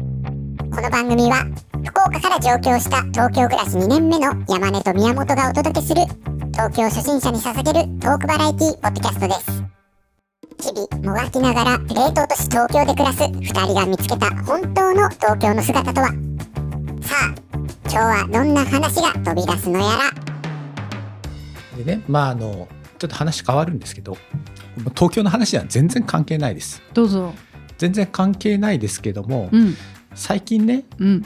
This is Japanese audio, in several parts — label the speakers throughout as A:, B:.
A: この番組は福岡から上京した東京暮らし2年目の山根と宮本がお届けする東京初心者に捧げるトークバラエティポッドキャストです日々もがきながら冷凍都市東京で暮らす2人が見つけた本当の東京の姿とはさあ今日はどんな話が飛び出すのやら
B: でね、まああのちょっと話変わるんですけど、東京の話には全然関係ないです。
C: どうぞ。
B: 全然関係ないですけども、
C: うん。
B: 最近ね、
C: うん。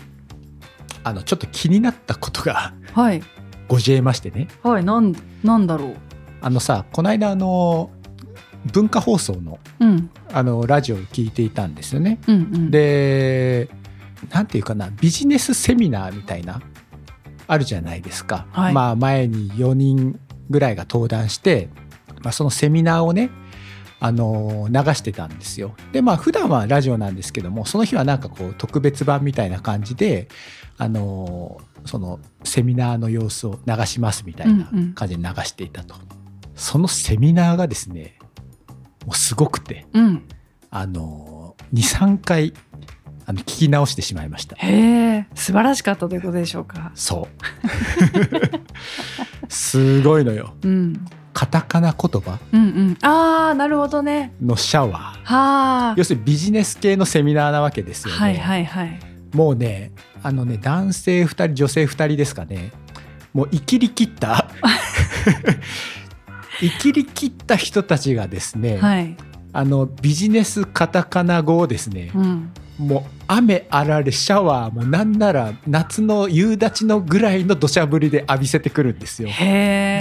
B: あのちょっと気になったことが
C: はい。
B: ごじえましてね、
C: はい。なん、なんだろう。
B: あのさ、この間あの文化放送の
C: うん。
B: あのラジオを聞いていたんですよね。
C: うん。うん。、
B: で、なんていうかな、ビジネスセミナーみたいなあるじゃないですか。
C: はい
B: まあ前に4人ぐらいが登壇して、まあ、そのセミナーをね。あの流してたんですよでまあ普段はラジオなんですけどもその日はなんかこう特別版みたいな感じであのそのセミナーの様子を流しますみたいな
C: うんうん
B: 感じで流していたと、そのセミナーがですねもうすごくて
C: うん。
B: あの23回あの聞き直してしまいました
C: へえ、素晴らしかったということでしょうか。
B: そうすごいのよ
C: うん。
B: カタカナ言葉
C: うん。うん。ああ、なるほどね。
B: のシャワー
C: はあ
B: 要。するにビジネス系のセミナーなわけですよね、
C: はい。はい。はい。
B: もうねあのね男性2人女性2人ですかねもう生きり切った 生きり切った人たちがですね、
C: はい。
B: あのビジネスカタカナ語をですね、
C: うん。
B: もう雨あられシャワーもなんなら夏の夕立のぐらいの土砂降りで浴びせてくるんですよ。
C: へ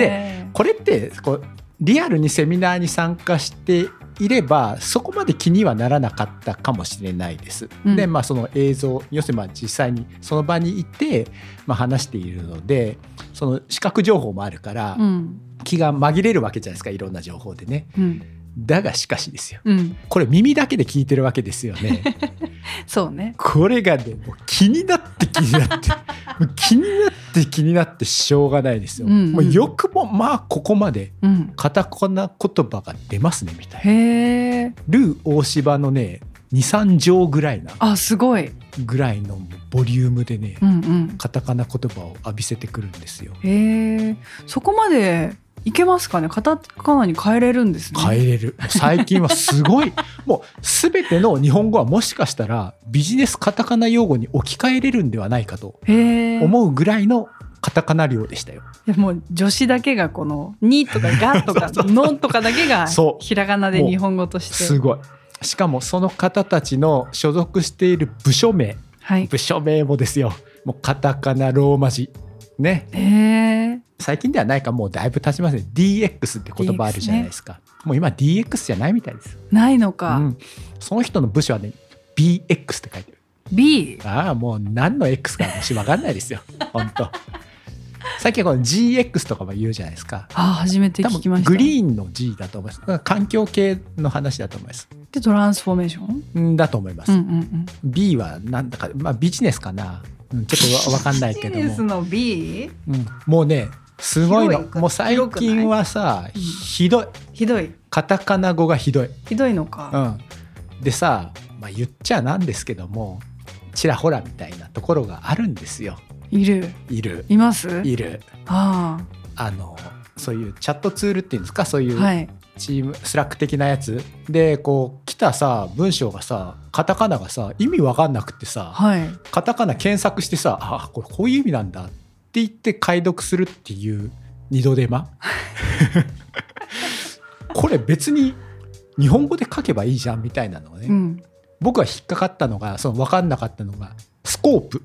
C: え。
B: これってこうリアルにセミナーに参加していればそこまで気にはならなかったかもしれないです。
C: うん
B: でまあその映像要するにまあ実際にその場にいて、まあ、話しているのでその視覚情報もあるから
C: うん。
B: 気が紛れるわけじゃないですかいろんな情報でね。
C: うん。
B: だがしかしですよ
C: うん。
B: これ耳だけで聞いてるわけですよね。
C: そうね。
B: これがねもう気になって気になってもう気になって気になってしょうがないですよ。
C: うんうん
B: もうよくもまあここまで
C: うん。
B: カタカナ言葉が出ますねみたいな。
C: へえ。
B: ルー大芝のね23畳ぐらいな
C: あ、すごい。
B: ぐらいのボリュームでね、
C: うん。うん。
B: カタカナ言葉を浴びせてくるんですよ。
C: へえ。そこまで。いけますかね。カタカナに変えれるんですね。
B: 変えれる最近はすごい もう全ての日本語はもしかしたらビジネスカタカナ用語に置き換えれるんではないかと
C: へえ。
B: 思うぐらいのカタカナ量でしたよ。
C: いやもう女子だけがこの「に」とか「が」とか「の」とかだけ が
B: そう
C: ひらがなで日本語とし
B: す
C: て、
B: ごい。しかもその方たちの所属している部署名、
C: はい、
B: 部署名もですよ。もうカタカナローマ字。ね。
C: えー、
B: 最近ではないか、もうだいぶ経ちますね。DX って言葉あるじゃないですか。もう今 DX じゃないみたいです。
C: ないの
B: う
C: か、
B: ん。その人の部署はね、BX って書いてる。
C: B
B: ああ、もう何の X か私わかんない ですよ。本当。最近はこの GX とかも言うじゃないですか。
C: あ初めて
B: 多
C: 聞きま
B: 分
C: した
B: グリーンの G だと思います。環境系の話だと思います。
C: でトランスフォーメーション
B: うんだと思います
C: うんう。ん
B: B はなんだか、まあ、ビジネスかな、うん、ちょっとわわかん
C: う
B: なんいけど
C: ビジネス
B: も、
C: の B
B: うん、もうねすごいの
C: 広いか
B: もう最近はさ
C: 広くないうん
B: ひどい
C: ひどい
B: カタカナ語がひどい、
C: ひどいの
B: う
C: か、
B: ん、でさ、まあ、言っちゃなんですけどもちらほらみたいなところがあるんですよ
C: いる
B: いる
C: います
B: いる
C: あ
B: あのそういうチャットツールっていうんですかそうい
C: あ
B: う
C: はい
B: チーム、スラック的なやつでこう来たさ文章がさカタカナがさ意味わかんなくってさ、
C: はい
B: カタカナ検索してさあこれこういう意味なんだって言って解読するっていう二度手間 これ別に日本語で書けばいいじゃんみたいなのがね、
C: うん
B: 僕は引っかかったのがその分かんなかったのがスコープ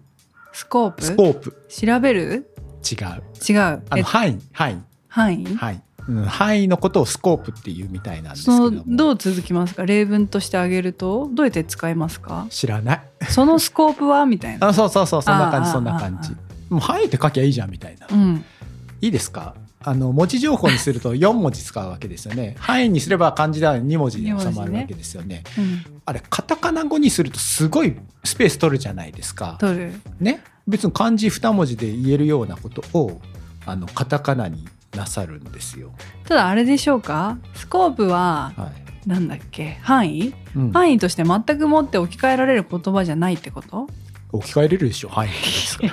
C: スコープ
B: スコープ
C: 調べる
B: 違う
C: 違う
B: あ
C: え
B: の範囲範
C: 範囲
B: 囲範囲、うん、範囲のことをスコープっていうみたいなんですけ
C: そ
B: ども
C: のどう続きますか例文としてあげるとどうやって使いますか
B: 知らない
C: そのスコープはみたいな。
B: あそうそうそうそんな感じ
C: あー
B: そんな感じ
C: あー
B: もう範囲って書きゃいいじゃんみたいな
C: うん。
B: いいですかあの文字情報にすると4文字使うわけですよね範囲にすれば漢字では2文字で収まるわけですよね
C: うん、
B: あれカタカナ語にするとすごいスペース取るじゃないですか
C: 取る。
B: ね別に漢字2文字で言えるようなことをあのカタカナになさるんですよ、
C: ただあれでしょうかスコープは
B: は
C: なんだっけ範囲
B: いうん
C: 範囲として全く持って置き換えられる言葉じゃないってこと
B: 置き換えれるでしょはいですか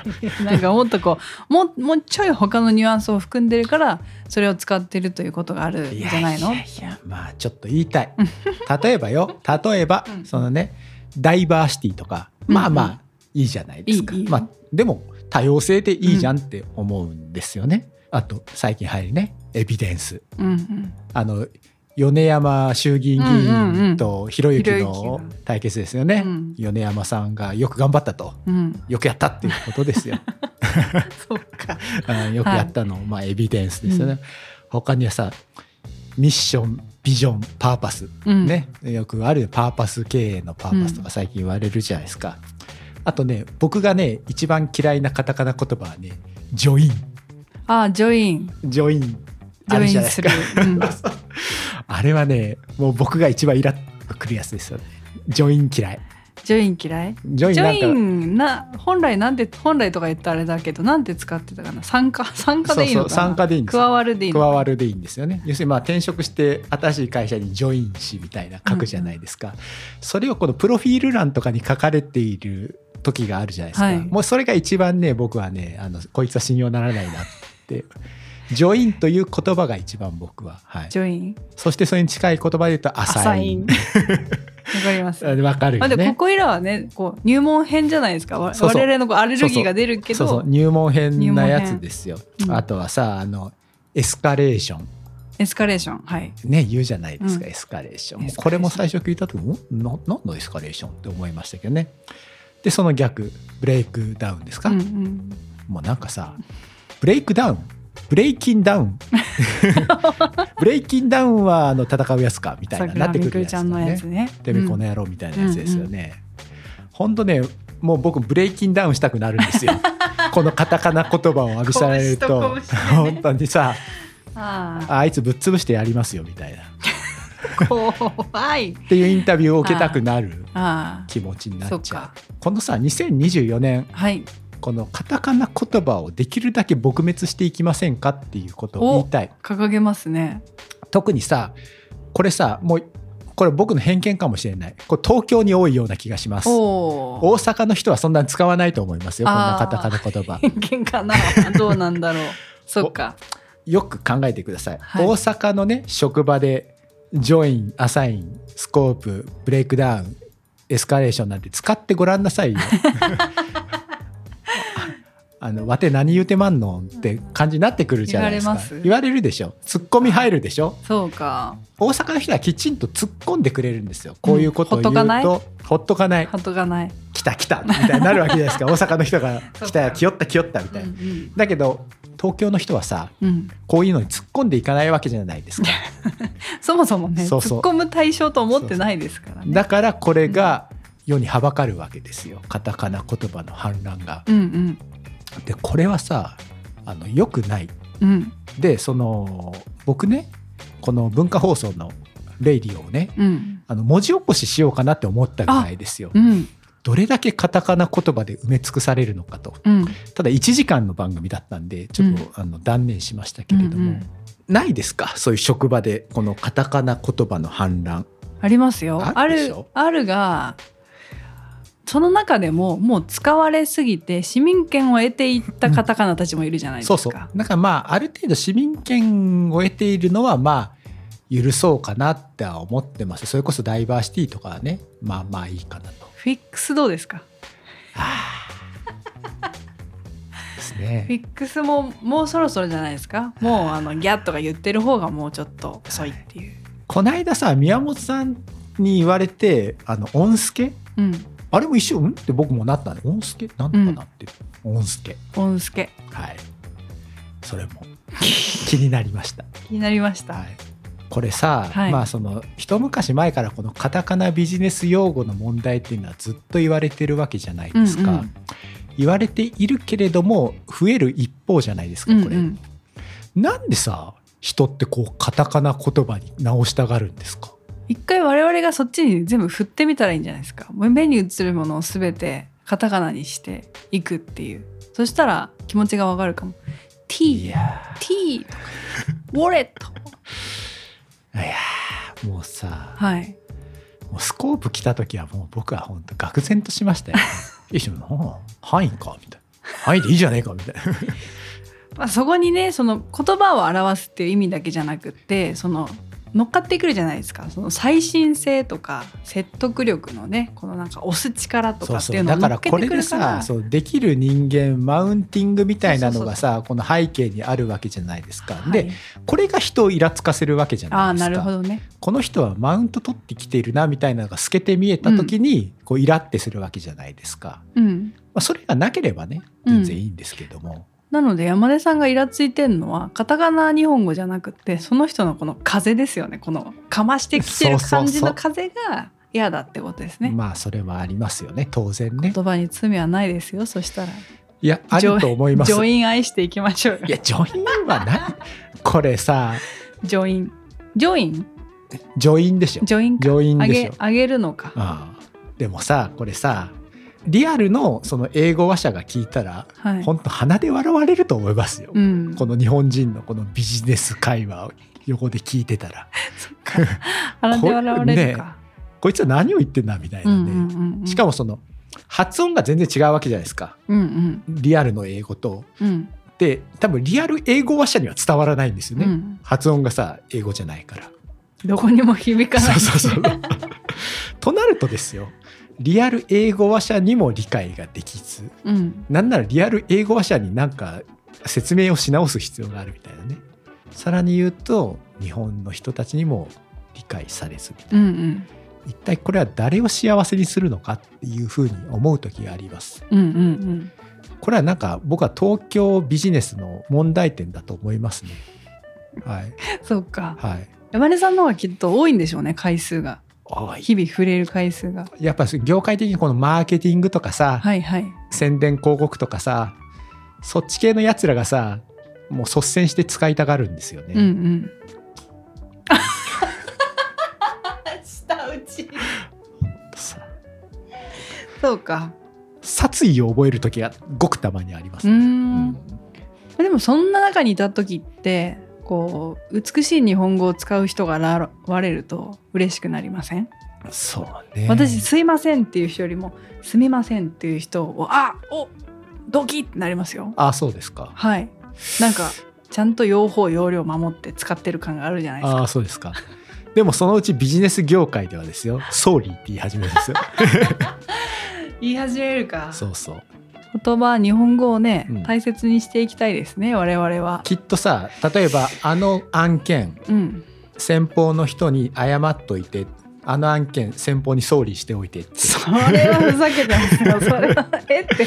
B: ら
C: なんかもっとこうもうもうちょい他のニュアンスを含んでるからそれを使ってるということがあるんじゃないの
B: やいやまあちょっと言いたい例えばよ例えば、
C: うん
B: そのねダイバーシティとか
C: うん
B: まあまあいいじゃないですか、
C: いいいい
B: まあ、でも多様性でいいじゃんって思うんですよね、あと最近入るねエビデンス
C: うんうん
B: あの米山衆議院議
C: うんうんう
B: 員
C: ん
B: とひろゆき
C: ひろゆきの
B: の対決ですよね、
C: うん
B: 米山さんがよく頑張ったと
C: うん
B: よくやったっていうことです よ
C: そうか
B: うんよくやったの、まあエビデンスですよね、
C: う
B: 他にはさミッションビジョンパーパス
C: うん
B: ね、よくあるパーパス経営のパーパスとか最近言われるじゃないですか、あとね僕がね一番嫌いなカタカナ言葉はね「ジョイン」
C: ああジョイン
B: 「ジョイン」
C: ジ
B: あ
C: ョ
B: れ
C: イ
B: じゃ
C: ン
B: ないですす
C: る
B: か
C: うん
B: あれはねもう僕が一番イラッとくるやつですよねジョイン嫌い
C: ジョイン嫌い
B: ジョイン
C: ジ
B: な
C: ョ
B: ん
C: イ
B: か
C: ンな本来なんて本来とか言ったらあれだけどなんて使ってたかな参加参加でいいのかな
B: そうそう参加でいいんですよ
C: 加わるでいい
B: 加
C: の
B: わるでいいんですよね要するにまあ転職して新しい会社にジョインしみたいな書くじゃないですか、それをこのプロフィール欄とかに書かれている時があるじゃないですか、
C: はい
B: もうそれが一番ね僕はねあのこいつは信用ならないなってジョインという言葉が一番僕は、はい、
C: ジョイン
B: そしてそれに近い言葉で言うとアサイン
C: わかります
B: わかる
C: ま
B: よ
C: あ、でもこ
B: ね
C: こいらはねこう入門編じゃないですかわ
B: そうそう
C: 我々のこうアレルギーが出るけ
B: そうそう
C: ど
B: 入門編なやつですよ、
C: 入門編うん
B: あとはさあのエスカレーション
C: エスカレーションはい
B: ね言うじゃないですか、
C: うん
B: エスカレーション
C: エ
B: もう
C: スカレーション
B: これも最初聞いた時んな何のエスカレーションって思いましたけどねでその逆ブレイクダウンですか、
C: うんうん、
B: もうなんかさブレイクダウンブレイキンダウ ンブレイキンダウンはあの戦うやつかみたいなな
C: 桜
B: って
C: み
B: くる
C: くる
B: やつ
C: ち
B: だ
C: ゃんのや
B: ね
C: つね
B: てめえこの
C: うん
B: 野郎みたいなやつですよね、ほんとねもう僕ブレイキンダウンしたくなるん ですよこのカタカナ言葉を浴びされると
C: 拳と拳でね
B: 本当にさ
C: あ
B: あいつぶっ潰してやりますよみたいな
C: あ怖い
B: っていうインタビューを受けたくなる
C: あ
B: 気持ちに
C: あ
B: な
C: そ
B: っ
C: う
B: ちゃ
C: か
B: うこのさ2024年
C: はい
B: このカタカナ言葉をできるだけ撲滅していきませんかっていうことを言いたい
C: 掲げますね
B: 特にさこれさもうこれ僕の偏見かもしれないこれ東京に多いような気がします大
C: おお
B: 阪の人はそんなに使わないと思いますよこんな
C: あ
B: カ
C: ー
B: タカナ言葉
C: 偏見か などうなんだろうそっか
B: よく考えてください、
C: はい
B: 大阪のね職場でジョインアサインスコープブレイクダウンエスカレーションなんて使ってごらんなさ いよあのわて何言うてまんのんって感じになってくるじゃないですか
C: 言われます
B: るでしょツッコミ入るでしょ
C: そうか
B: 大阪の人はきちんと突っ込んでくれるんですよこういうことを言うと、
C: うんほっとかない
B: ほっとかない
C: ハートがない、
B: 来た来たみたいになるわけじゃないですか大阪の人が来たよ来よった来よったみ
C: う
B: たいな、
C: ん
B: だけど東京の人はさ
C: うんうん、
B: こういうのに突っ込んでいかないわけじゃないです か。
C: そもそもね
B: そうそう
C: 突っ込む対象と思ってないですからね
B: だからこれが世にはばかるわけですよ。カタカナ言葉の反乱が。
C: うん
B: でこれはさあの良くない。
C: うんうん
B: でその僕ねこの文化放送のレイディオをね
C: うん
B: あの文字起こししようかなって思ったぐらいですよ
C: う。ん
B: どれだけカタカナ言葉で埋め尽くされるのかと。
C: うん
B: ただ1時間の番組だったんでちょっと、
C: う
B: あの断念しましたけれども、
C: うんうん
B: ないですかそういう職場でこのカタカナ言葉の反乱。
C: ありますよ。
B: あ
C: あ
B: るでし
C: る
B: ょ
C: あるがその中でももう使われすぎて市民権を得ていったカタカナたちもいるじゃないですか。
B: そうそうだからまあある程度市民権を得ているのはまあ許そうかなっては思ってますそれこそダイバーシティとかはねまあまあいいかなと
C: フィックスどうですか
B: です
C: フ
B: ね
C: ィックスももうそろそろじゃないですかもうあのギャッとか言ってる方がもうちょっと遅いっていう。
B: こないださ宮本さんに言われてあの音助
C: うん。
B: あれも一瞬うんって僕もなったんで音助なんとかなって、音助
C: 音助
B: はいそれも気になりました
C: 気になりました。
B: はい、これさ、
C: はい
B: まあその一昔前からこのカタカナビジネス用語の問題っていうのはずっと言われてるわけじゃないですか、
C: うんうん
B: 言われているけれども増える一方じゃないですか
C: うん
B: これ、
C: うん
B: なんでさ人ってこうカタカナ言葉に直したがるんですか
C: 一回我々がそっちに全部振ってみたらいいんじゃないですか目に映るものを全てカタカナにしていくっていうそしたら気持ちがわかるかも T
B: や
C: T とかウォレット
B: いやーもうさ
C: はい
B: もうスコープ来た時はもう僕は本当愕然としましたよいい人もああ範囲かみたいな範囲でいいじゃねえかみたいな
C: まあ、そこにねその言葉を表すっていう意味だけじゃなくってその乗っかってくるじゃないですかその最新性とか説得力のねこのなんか押す力と
B: そ
C: か
B: う
C: って
B: そ
C: いう
B: う
C: の
B: だ
C: を乗
B: か
C: っ
B: ら
C: け
B: こ
C: て
B: れ
C: くる
B: で
C: か
B: さ
C: ら
B: そうできる人間マウンティングみたいなのがさこの背景にあるわけじゃないですか、
C: は
B: で
C: い
B: これが人をイラつかせるわけじゃ
C: あ
B: な
C: あ
B: いですか
C: なるほどね
B: この人はマウント取ってきているなみたいなのが透けて見えた時に、こうイラってするわけじゃないですか、
C: うん
B: まあ、それがなければね全然いいんですけども、
C: なので山根さんがイラついてるのはカタカナ日本語じゃなくてその人のこの風ですよねこのかましてきて
B: そ
C: る
B: うそうそう
C: 感じの風が嫌だってことですね
B: まあそれはありますよね当然ね
C: 言葉に罪はないですよそしたら
B: いやあると思います
C: ジョイン愛していきましょうよ
B: いやジョインはなこれさ
C: ジョインジョイン
B: ジョインでしょ
C: ジョインか
B: ジョイン
C: あ
B: でし
C: げ
B: ょ
C: あげるのか
B: ああでもさこれさリアルのその英語話者が聞いたら、
C: はい
B: ほんと鼻で笑われると思いますよ、
C: うん
B: この日本人のこのビジネス会話を横で聞いてたら
C: 鼻で笑われるか、
B: こいつは何を言ってんだみたいなね、しか
C: も
B: もその発音が全然違うわけじゃないですか
C: うんうん
B: リアルの英語と
C: うん
B: で多分リアル英語話者には伝わらないんですよ
C: う
B: ね、
C: ん
B: 発音がさ英語じゃないから
C: どこにも響かない
B: そうそう そうとなるとですよリアル英語話者にも理解ができず
C: うん
B: なんならリアル英語話者になんか説明をし直す必要があるみたいなねさらに言うと日本の人たちにも理解されずみたい
C: うんうん
B: な一体これは誰を幸せにするのかっていうふうに思う時があります
C: うんうんうん
B: これはなんか僕は東京ビジネスの問題点だと思いますねはい
C: そうか
B: はい
C: 山根さんの方がきっと多いんでしょうね回数が
B: あ
C: 日々触れる回数が
B: やっぱり業界的にこのマーケティングとかさ、
C: はいはい
B: 宣伝広告とかさそっち系のやつらがさもう率先して使いたがるんですよね、
C: うんうん舌打ち
B: さ
C: そうか
B: 殺意を覚える時がごくたまにありま
C: う
B: す、
C: ー
B: ね
C: んでもそんな中にいた時ってこう美しい日本語を使う人が現れると嬉しくなりません、
B: うんそうね
C: 私「すいません」っていう人よりも「すみません」っていう人をあおドキッってなりますよ
B: あそうですか
C: はいなんかちゃんと用法用量守って使ってる感があるじゃないです
B: あ
C: か
B: そうですかでもそのうちビジネス業界ではですよ総理って言い始めるん ですよ
C: 言い始めるか
B: そうそう
C: 言葉日本語をね、
B: うん
C: 大切にしていきたいですね我々は
B: きっとさ例えばあの案件
C: うん
B: 先方の人に謝っといてあの案件先方に総理しておいてって
C: それはふざけてますよそれは えって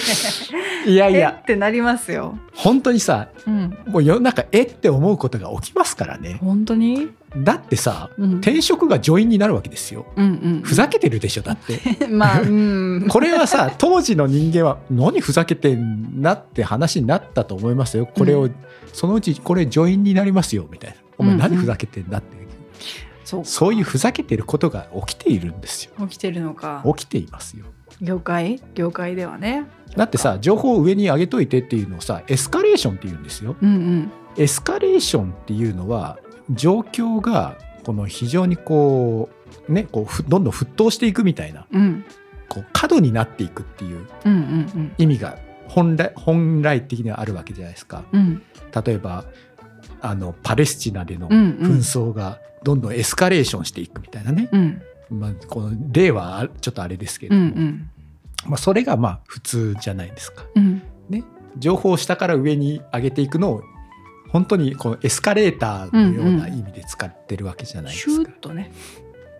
B: いやい
C: え
B: や
C: ってなりますよ
B: 本当にさ
C: うん
B: もう世の中えって思うことが起きますからね
C: 本当に、
B: だってさ
C: うん、
B: 転職がジョインになるわけですよ
C: うんうん
B: ふざけてるでしょだって
C: まあうん
B: これは さ当時の人間は何ふざけてんなって話になったと思いますよこれを、
C: うん
B: そのうちこれジョインになりますよみたいなお前
C: うんうん
B: 何ふざけてんだって、
C: そう
B: そういうふざけてることが起きているんですよ
C: 起きてるのか
B: 起きていますよ
C: 業界業界ではね
B: だってさ情報を上に上げといてっていうのをさエスカレーションって言うんですよ
C: うんうん
B: エスカレーションっていうのは状況がこの非常にこうねこうふどんどん沸騰していくみたいな
C: うん
B: こう過度になっていくっていう
C: うんうん
B: 意味が本来本来的にはあるわけじゃないですか
C: うんうん
B: 例えばあのパレスチナでの
C: う
B: 紛
C: んうん
B: 争がどんどんエスカレーションしていくみたいなね、
C: うん
B: まあ、この例はあちょっとあれですけれ
C: う
B: ど
C: ん
B: も、
C: うん
B: まあ、それがまあ普通じゃないですか
C: うん
B: 情報を下から上に上げていくのを本当にこのエスカレーターのような意味で使ってるわけじゃないです
C: シ
B: か、
C: ューッとね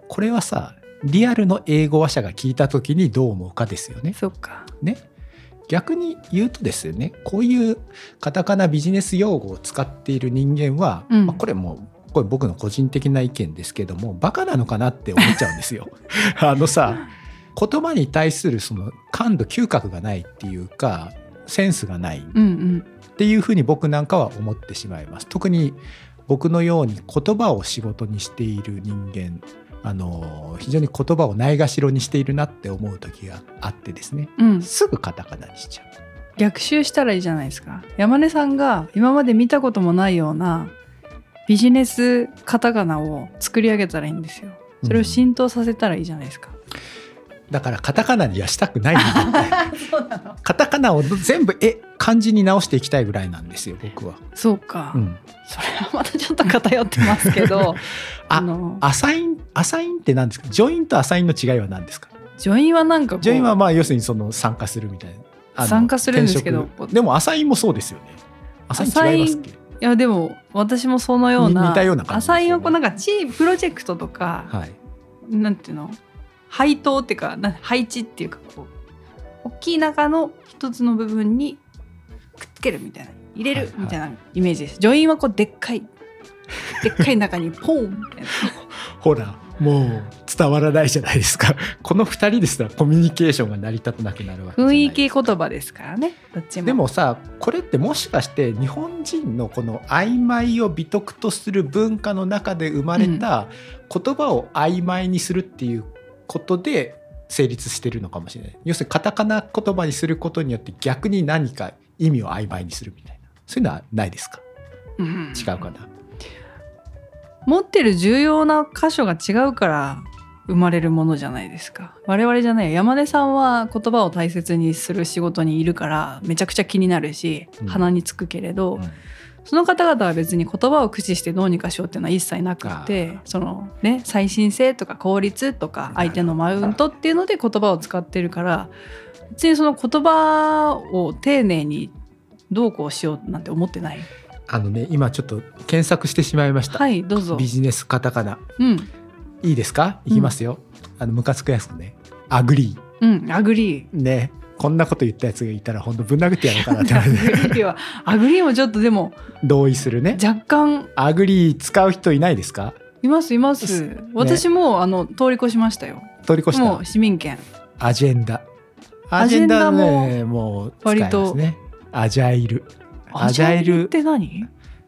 B: これはさリアルの英語話者が聞いた時にどう思うかですよね
C: そっか
B: ね逆に言うとですよねこういうカタカナビジネス用語を使っている人間は、
C: うん
B: まあこれもうこれ僕の個人的な意見ですけどもバカなのかなって思っちゃうんですよ。 あのさ言葉に対するその感度嗅覚がないっていうかセンスがないっ
C: うんうん
B: ていうふうに僕なんかは思ってしまいます。特に僕のように言葉を仕事にしている人間あの非常に言葉をないがしろにしているなって思う時があってですね
C: うん
B: すぐカタカナにしちゃう。
C: 逆襲したらいいじゃないですか山根さんが今まで見たこともないようなビジネスカタカナを作り上げたらいいんですよそれを浸透させたらいいじゃないですか、
B: だからカタカナにはしたくないんだ
C: そうなの
B: カタカナを全部え漢字に直していきたいぐらいなんですよ僕は、
C: そうか、
B: うん、
C: それはまたちょっと偏ってますけど
B: あ
C: の
B: アサインアサインって何ですかジョインとアサインの違いは何ですか
C: ジョインはなんかこう
B: ジョインはまあ要するにその参加するみたいなあの
C: 参加するんですけど
B: 転職でもアサインもそうですよねアサイン違いますっけ
C: いやでも私もそのよう
B: に
C: な
B: 似たような感じ
C: ア
B: ですよね
C: サインをこうなんかチームプロジェクトとか、
B: はい
C: なんていうの配当っていうかな配置っていうかこう大きい中の一つの部分にくっつけるみたいな入
B: は
C: れ
B: い
C: る
B: はい
C: みたいなイメージです、ジョインはこうでっ かいでっかい中にポンみたいな
B: ほらもう伝わらないじゃないですかこの2人ですらコミュニケーションが成り立たなくなるわけじゃな
C: 雰
B: い
C: 囲気言葉ですからねどっちも
B: でもさこれってもしかして日本人のこの曖昧を美徳とする文化の中で生まれた言葉を曖昧にするっていうことで成立してるのかもしれない要するにカタカナ言葉にすることによって逆に何か意味を曖昧にするみたいなそういうのはないですか
C: うん
B: 違うかな、
C: 持ってる重要な箇所が違うから生まれるものじゃないですか我々じゃない山根さんは言葉を大切にする仕事にいるからめちゃくちゃ気になるし
B: うん
C: 鼻につくけれど、
B: うん
C: その方々は別に言葉を駆使してどうにかしようっていうのは一切なくて
B: あ
C: そのね最新性とか効率とか相手のマウントっていうので言葉を使ってるから別にその言葉を丁寧にどうこうしようなんて思ってない
B: あのね今ちょっと検索してしまいました、
C: はいどうぞ
B: ビジネスカタカナ
C: うん
B: いいですかいきますよ、あのムカつくやつねアグリ
C: うんアグリー
B: ーねこんなこと言ったやつがいたら本当ぶん殴ってやろうかなって
C: ア グリーはアグリーもちょっとでも
B: 同意するね
C: 若干
B: アグリー使う人いないですか
C: いますいま
B: です
C: す、私もあの通り越しましたよ
B: 通り越し
C: も
B: た
C: う市民権
B: アジェンダア
C: ア
B: ジ
C: ジ
B: ェ
C: ェ
B: ン
C: ン
B: ダ
C: ダ
B: も
C: も
B: ねもう使いますねアジャイルアジャイ
C: っ
B: ル
C: て何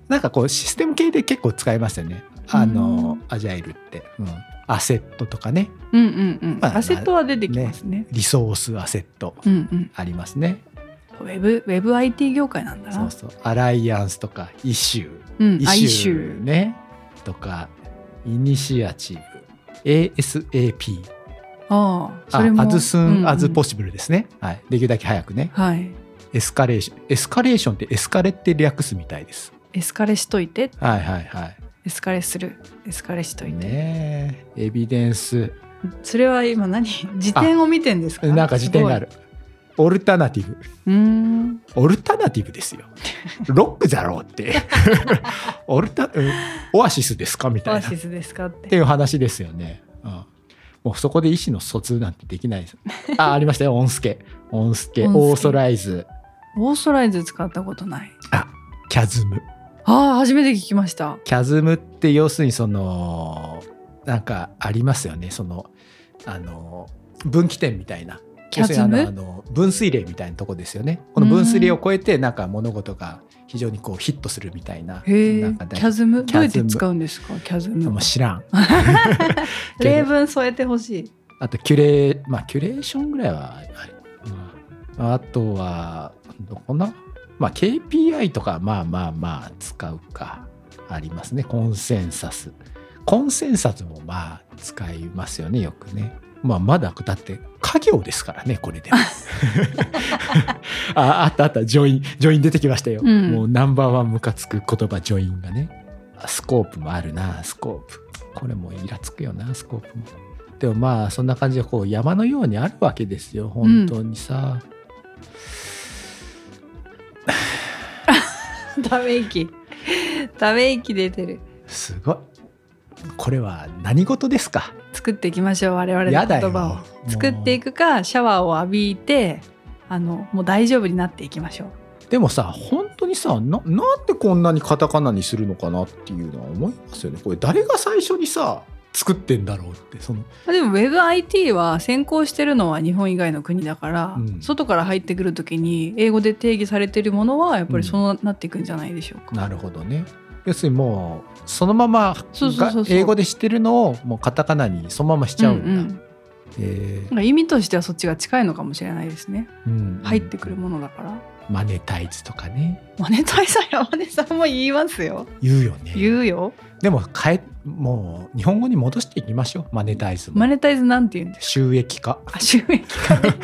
B: なんかこうシステム系で結構使いますよねあのアジャイルって、うん、アセットとかね
C: うんうんうん、
B: まあ
C: アセットは出てきますね
B: リソースアセット
C: うんうん
B: ありますね
C: ウェブ、ウェブ IT 業界なんだな。
B: そうそうアライアンスとかイシュー
C: うん、
B: イ
C: 哀
B: シュー
C: 愁。
B: ねとかイニシアチブ ASAP
C: ああ、
B: あ
C: それも。
B: アズス
C: うんう
B: ン
C: ん
B: アズポッシブルですね、はい、できるだけ早くね
C: はい。
B: エスカレーション。エスカレーションってエスカレって略すみたいです。
C: エスカレしといて、
B: はいはいは
C: エスカレする、エスカレしと
B: い。
C: いて。
B: ねえエビデンス。
C: それは今何辞典を見てんですか
B: なんか辞典がある。オルタナティブ。
C: すごいうーん。
B: オルタナティブ ですよ。ロックだろうって。オルタ、うんオアシスですかみ
C: オ
B: たい
C: ア
B: な。っ
C: シスですかって。
B: ていう話ですよね。うんもうそこで意思の疎通なんてできないです。あ、ありましたよ。オンスケ。オンスケ。
C: オンスケ
B: オーソライズ。
C: オーソライズ使ったことない。
B: キャズム。
C: ああ、初めて聞きました。
B: キャズムって要するにそのなんかありますよねそのあの分岐点みたいな
C: キャズム
B: 要するにあのあの分水嶺みたいなとこですよねこの分水嶺を超えてなんか物事が非常にこうヒットするみたいな
C: へえ、キ
B: なんか大
C: ャズム。
B: キ
C: ど
B: ャ
C: うやっ
B: ズム
C: て使うんですかキャズ
B: も
C: ム
B: う。知らんけど
C: 例文添えてほしい。
B: あとキュレまあキュレーションぐらいは、はいまあ、あとはどこなまあ KPI とかまあまあまあ使うかありますねコンセンサスコンセンサスもまあ使いますよねよくねまあまだだって家業ですからねこれで ああったあったジョインジョイン出てきましたよ、
C: うん
B: もうナンバーワンムカつく言葉ジョインがねあスコープもあるなスコープこれもイラつくよなスコープもでもまあそんな感じでこう山のようにあるわけですよ本当にさ、
C: ため息。ため息出てる。
B: すごいこれは何事ですか
C: 作っていきましょう我々の
B: やだよ
C: 言葉を作っていくかシャワーを浴びてあのもう大丈夫になっていきましょう
B: でもさ本当にさななんでこんなにカタカナにするのかなっていうのは思いますよねこれ誰が最初にさ作ってんだろうってその
C: まあでも WebIT は先行してるのは日本以外の国だから、
B: うん
C: 外から入ってくる時に英語で定義されてるものはやっぱりそうなっていくんじゃないでしょうか、
B: なるほどね要するにもうそのまま
C: そうそうそうそう
B: が英語で知ってるのをもうカタカナにそのまましちゃうんだ、
C: うんうんなん
B: えー
C: か意味としてはそっちが近いのかもしれないですね
B: うん
C: 入ってくるものだから、
B: マネタイズとかね
C: マネタイさん山根さんも言いますよ
B: 言うよね
C: 言うよ
B: でも変えもう日本語に戻していきましょうマネタイズも
C: マネタイズなんて言うんです
B: 収益化
C: かあ収益化ね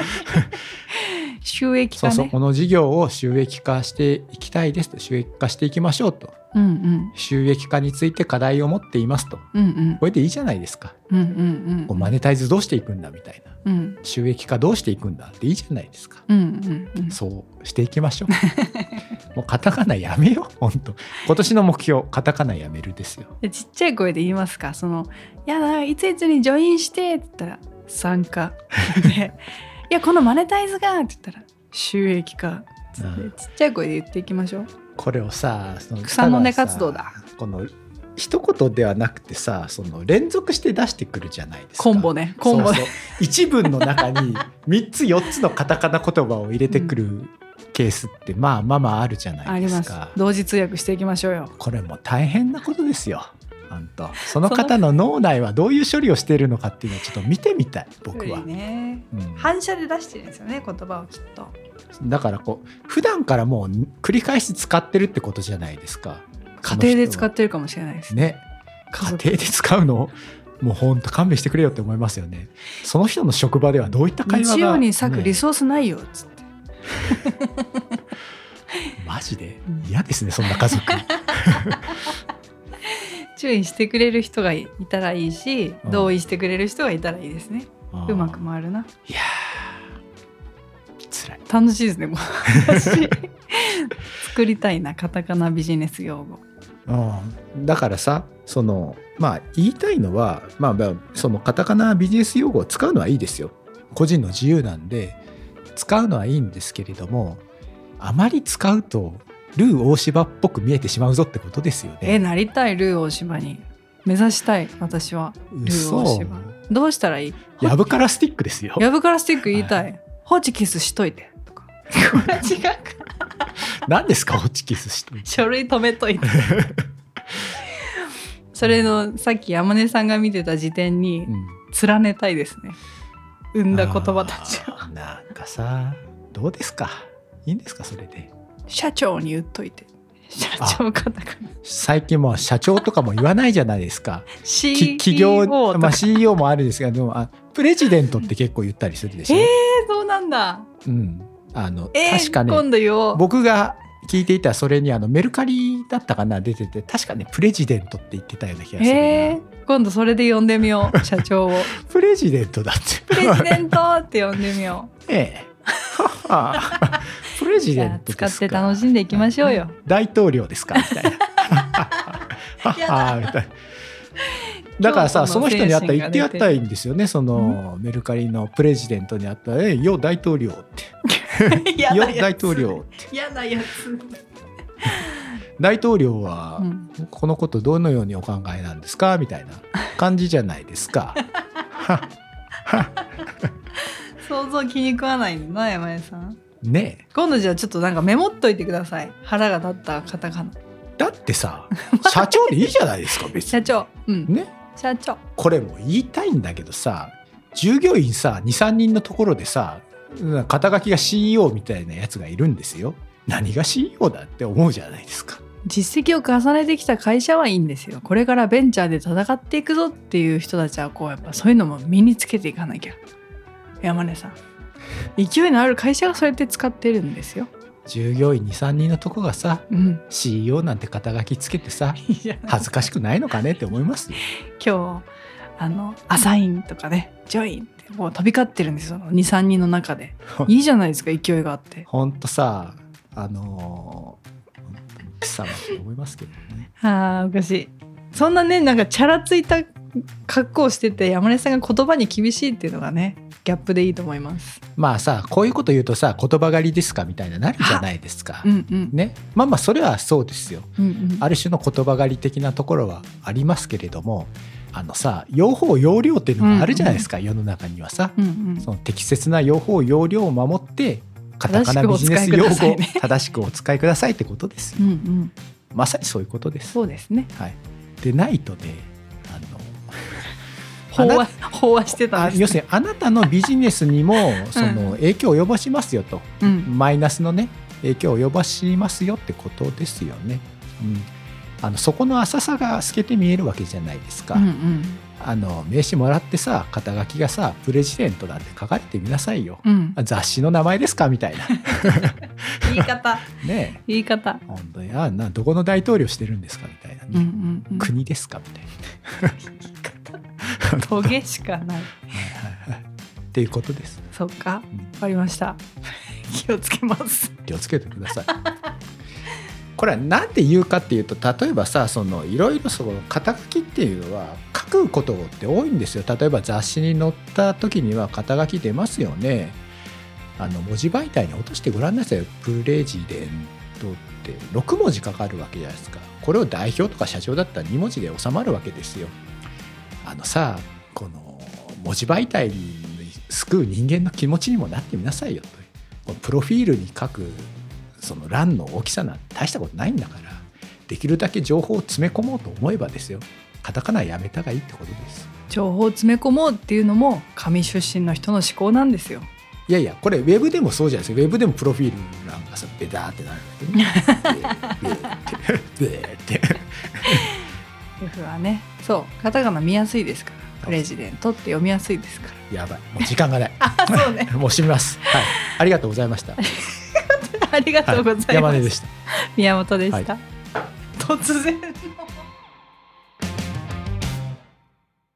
C: 収益
B: そ
C: 化
B: う
C: ね
B: そうこの事業を収益化していきたいですと収益化していきましょうと
C: うんうん
B: 収益化について課題を持っていますと
C: うんうん
B: これでいいじゃないですか
C: うんうん
B: こうマネタイズどうしていくんだみたいな
C: うんうん
B: 収益化どうしていくんだっていいじゃないですか
C: うんうんうん
B: そうしていきましょ うもうカタカナやめよう本当今年の目標カタカナやめるですよ
C: でちっちゃい声で言いますかその「やだいついつにジョインして」って言ったら「参 加」で「いやこのマネタイズが」って言ったら「収益化」つって
B: うん
C: ちっちゃい声で言っていきましょう。
B: これをさその
C: 草の根
B: たださ
C: 活動だ
B: この一言ではなくてさその連続して出してくるじゃないですか
C: コンボねコンボね
B: そうそう一文の中に3つ4つのカタカナ言葉を入れてくるケースってまあまあまああるじゃな
C: あ
B: い
C: り
B: で
C: ますす
B: か。
C: 同時通訳していきましょうよ。
B: これもう大変なことですよ。本当その方の脳内はどういう処理をしているのかっていうのをちょっと見てみたい僕は、
C: ね
B: うん
C: 反射で出してるんですよね言葉をきっと。
B: だからこう普段からもう繰り返し使ってるってことじゃないですか
C: 家庭で使
B: っ
C: ってるかもしれないです。
B: ね家
C: 家
B: 庭
C: 族
B: で使うのもうほんと勘弁してくれよって思いますよねその人の職場ではどういった会話が
C: 日曜に割くリ
B: ね
C: ソースないよっつって。
B: マジで
C: うん
B: 嫌ですねそんな 家族
C: 注意してくれる人がいたらいいし
B: うん
C: 同意してくれる人がいたらいいですね。うまく回るな。
B: いやー辛い
C: 楽しいですね、この 話作りたいな、カタカナビジネス用語。
B: うん、だからさそのまあ言いたいのは、まあ、まあそのカタカナビジネス用語を使うのはいいですよ個人の自由なんで使うのはいいんですけれどもあまり使うとルー大芝っぽく見えてしまうぞってことですよね。
C: え、なりたい、ルー大島に。目指したい、私は。ルー大
B: 嘘
C: 島。どうしたらいい
B: ヤブカラスティックですよ。
C: ヤブカラスティック言いたい。ホチキスしといて。とか。 これ違うか。
B: 何ですかホチキスして。
C: 書類止め といて。それのさっき山根さんが見てた時点に
B: うん
C: 連ねたいですね。生んだ言葉たちを。
B: あーなんかさどうですかいいんですかそれで。
C: 社長に言っといて。社長カタカナ。
B: 最近もう社長とかも言わないじゃないです か。き
C: CEO
B: 企業
C: とか
B: まあ、CEO もあるんですけどでもあプレジデントって結構言ったりするでしょ。
C: ええそうなんだ。
B: うん、あの
C: えー
B: 確かね
C: 今度言おう。
B: 僕が聞いていたそれにあのメルカリだったかな出てて確かねプレジデントって言ってたような気がするな、
C: えー今度それで呼んでみよう、社長 を。
B: プレジデントだって。
C: プレジデントって呼んでみよう。
B: ええ プレジ
C: じ
B: デ
C: ゃ
B: ン
C: あ
B: トです
C: 使
B: か
C: って楽しんでいきましょうよ。
B: 大統領ですかみたいな。
C: や
B: ははみたいなだからさそ
C: 京都
B: の
C: の精
B: 人
C: 神
B: に
C: が
B: 会ってた言っ
C: 出る
B: てやったらいいんですよねそのメルカリのプレジデントに会ったら「えよ大統領」って「よ大統領」って
C: 嫌な やつ。
B: 大統領
C: う
B: は
C: ん
B: このことどのようにお考えなんですかみたいな感じじゃないですか。
C: 想像気に食わないんだな、山根さん。
B: ねえ
C: 今度じゃあちょっとなんかメモっといてください。腹が立ったカタカナ。
B: だって さ社長でいいじゃないですか別
C: 社
B: に。
C: 長。うん。
B: ね
C: 社長。
B: これもう言いたいんだけどさ従業員さ23人のところでさうん肩書きが CEO みたいなやつがいるんですよ何が CEO だって思うじゃないですか
C: 実績を重ねてきた会社はいいんですよこれからベンチャーで戦っていくぞっていう人たちはこうやっぱそういうのも身につけていかなきゃ山根さん勢いのある会社がそうやって使ってるんですよ
B: 従業員23人のとこがさ
C: うん
B: CEO なんて肩書きつけてさ
C: いいじゃない
B: 恥ずかしくないのかねって思いますよ
C: 今日あのアサインとかねジョインってもう飛び交ってるんですよ23人の中でいいじゃないですか勢いがあって
B: ほんとさあのー本当に貴様って思いますけどね
C: あーおかしいそんなねなんかチャラついた格好をしてて山根さんが言葉に厳しいっていうのがねギャップでいいと思います
B: まあさこういうこと言うとさ言葉狩りですかみたいななるじゃないですか
C: うんうん、
B: ねまあまあそれはそうですよ
C: うんうん、
B: ある種の言葉狩り的なところはありますけれどもあのさ用法用量っていうのがあるじゃないですか、世の中にはさ、
C: うんうん
B: その適切な用法用量を守ってカタカナビジネス用語
C: 正しくお使い
B: 正しく
C: くださいね
B: お使いくださいってことですよ
C: うんうん、
B: まさにそういうことです。
C: そうですね。
B: はい、でないとねあの
C: 飽和飽和してた
B: あ
C: んです。
B: 要するにあなたのビジネスにもその影響を及ぼしますよと
C: うん、
B: マイナスのね影響を及ぼしますよってことですよね。うん、あのそこの浅さが透けて見えるわけじゃないですか、
C: うんうん
B: あの名刺もらってさ肩書きがさプレジデントなんて書かれてみなさいよ、
C: うん
B: あ雑誌の名前ですかみたい な
C: 言い方
B: ね
C: 言い方
B: え本当にあなどこの大統領してるんですかみたいなね、
C: うんうんうん
B: 国ですかみたいな。
C: トゲしかない
B: っていうことです。
C: そっか
B: うん
C: わかりました気をつけます
B: 気をつけてください。これは何で言うかっていうと例えばさそのいろいろその肩書きっていうのは書くことって多いんですよ例えば雑誌に載った時には肩書き出ますよねあの文字媒体に落としてご覧なさいよプレジデントって6文字かかるわけじゃないですかこれを代表とか社長だったら2文字で収まるわけですよあのさこの文字媒体に救う人間の気持ちにもなってみなさいよとこのプロフィールに書くその欄の大きさなんて大したことないんだからできるだけ情報を詰め込もうと思えばですよカタカナやめたがいいってことです
C: 情報を詰め込もうっていうのも紙出身の人の思考なんですよ
B: いやいやこれウェブでもそうじゃないですかウェブでもプロフィール欄がさベターってなるんだ けどベーってベーって
C: F はねそうカタカナ見やすいですからプレジデントって読みやすいですから
B: やばいもう時間がない
C: あそうね
B: もう閉めますはいありがとうございました、はい
C: ありがとうございます、
B: 山根でした
C: 宮本でした、
B: は
C: 突然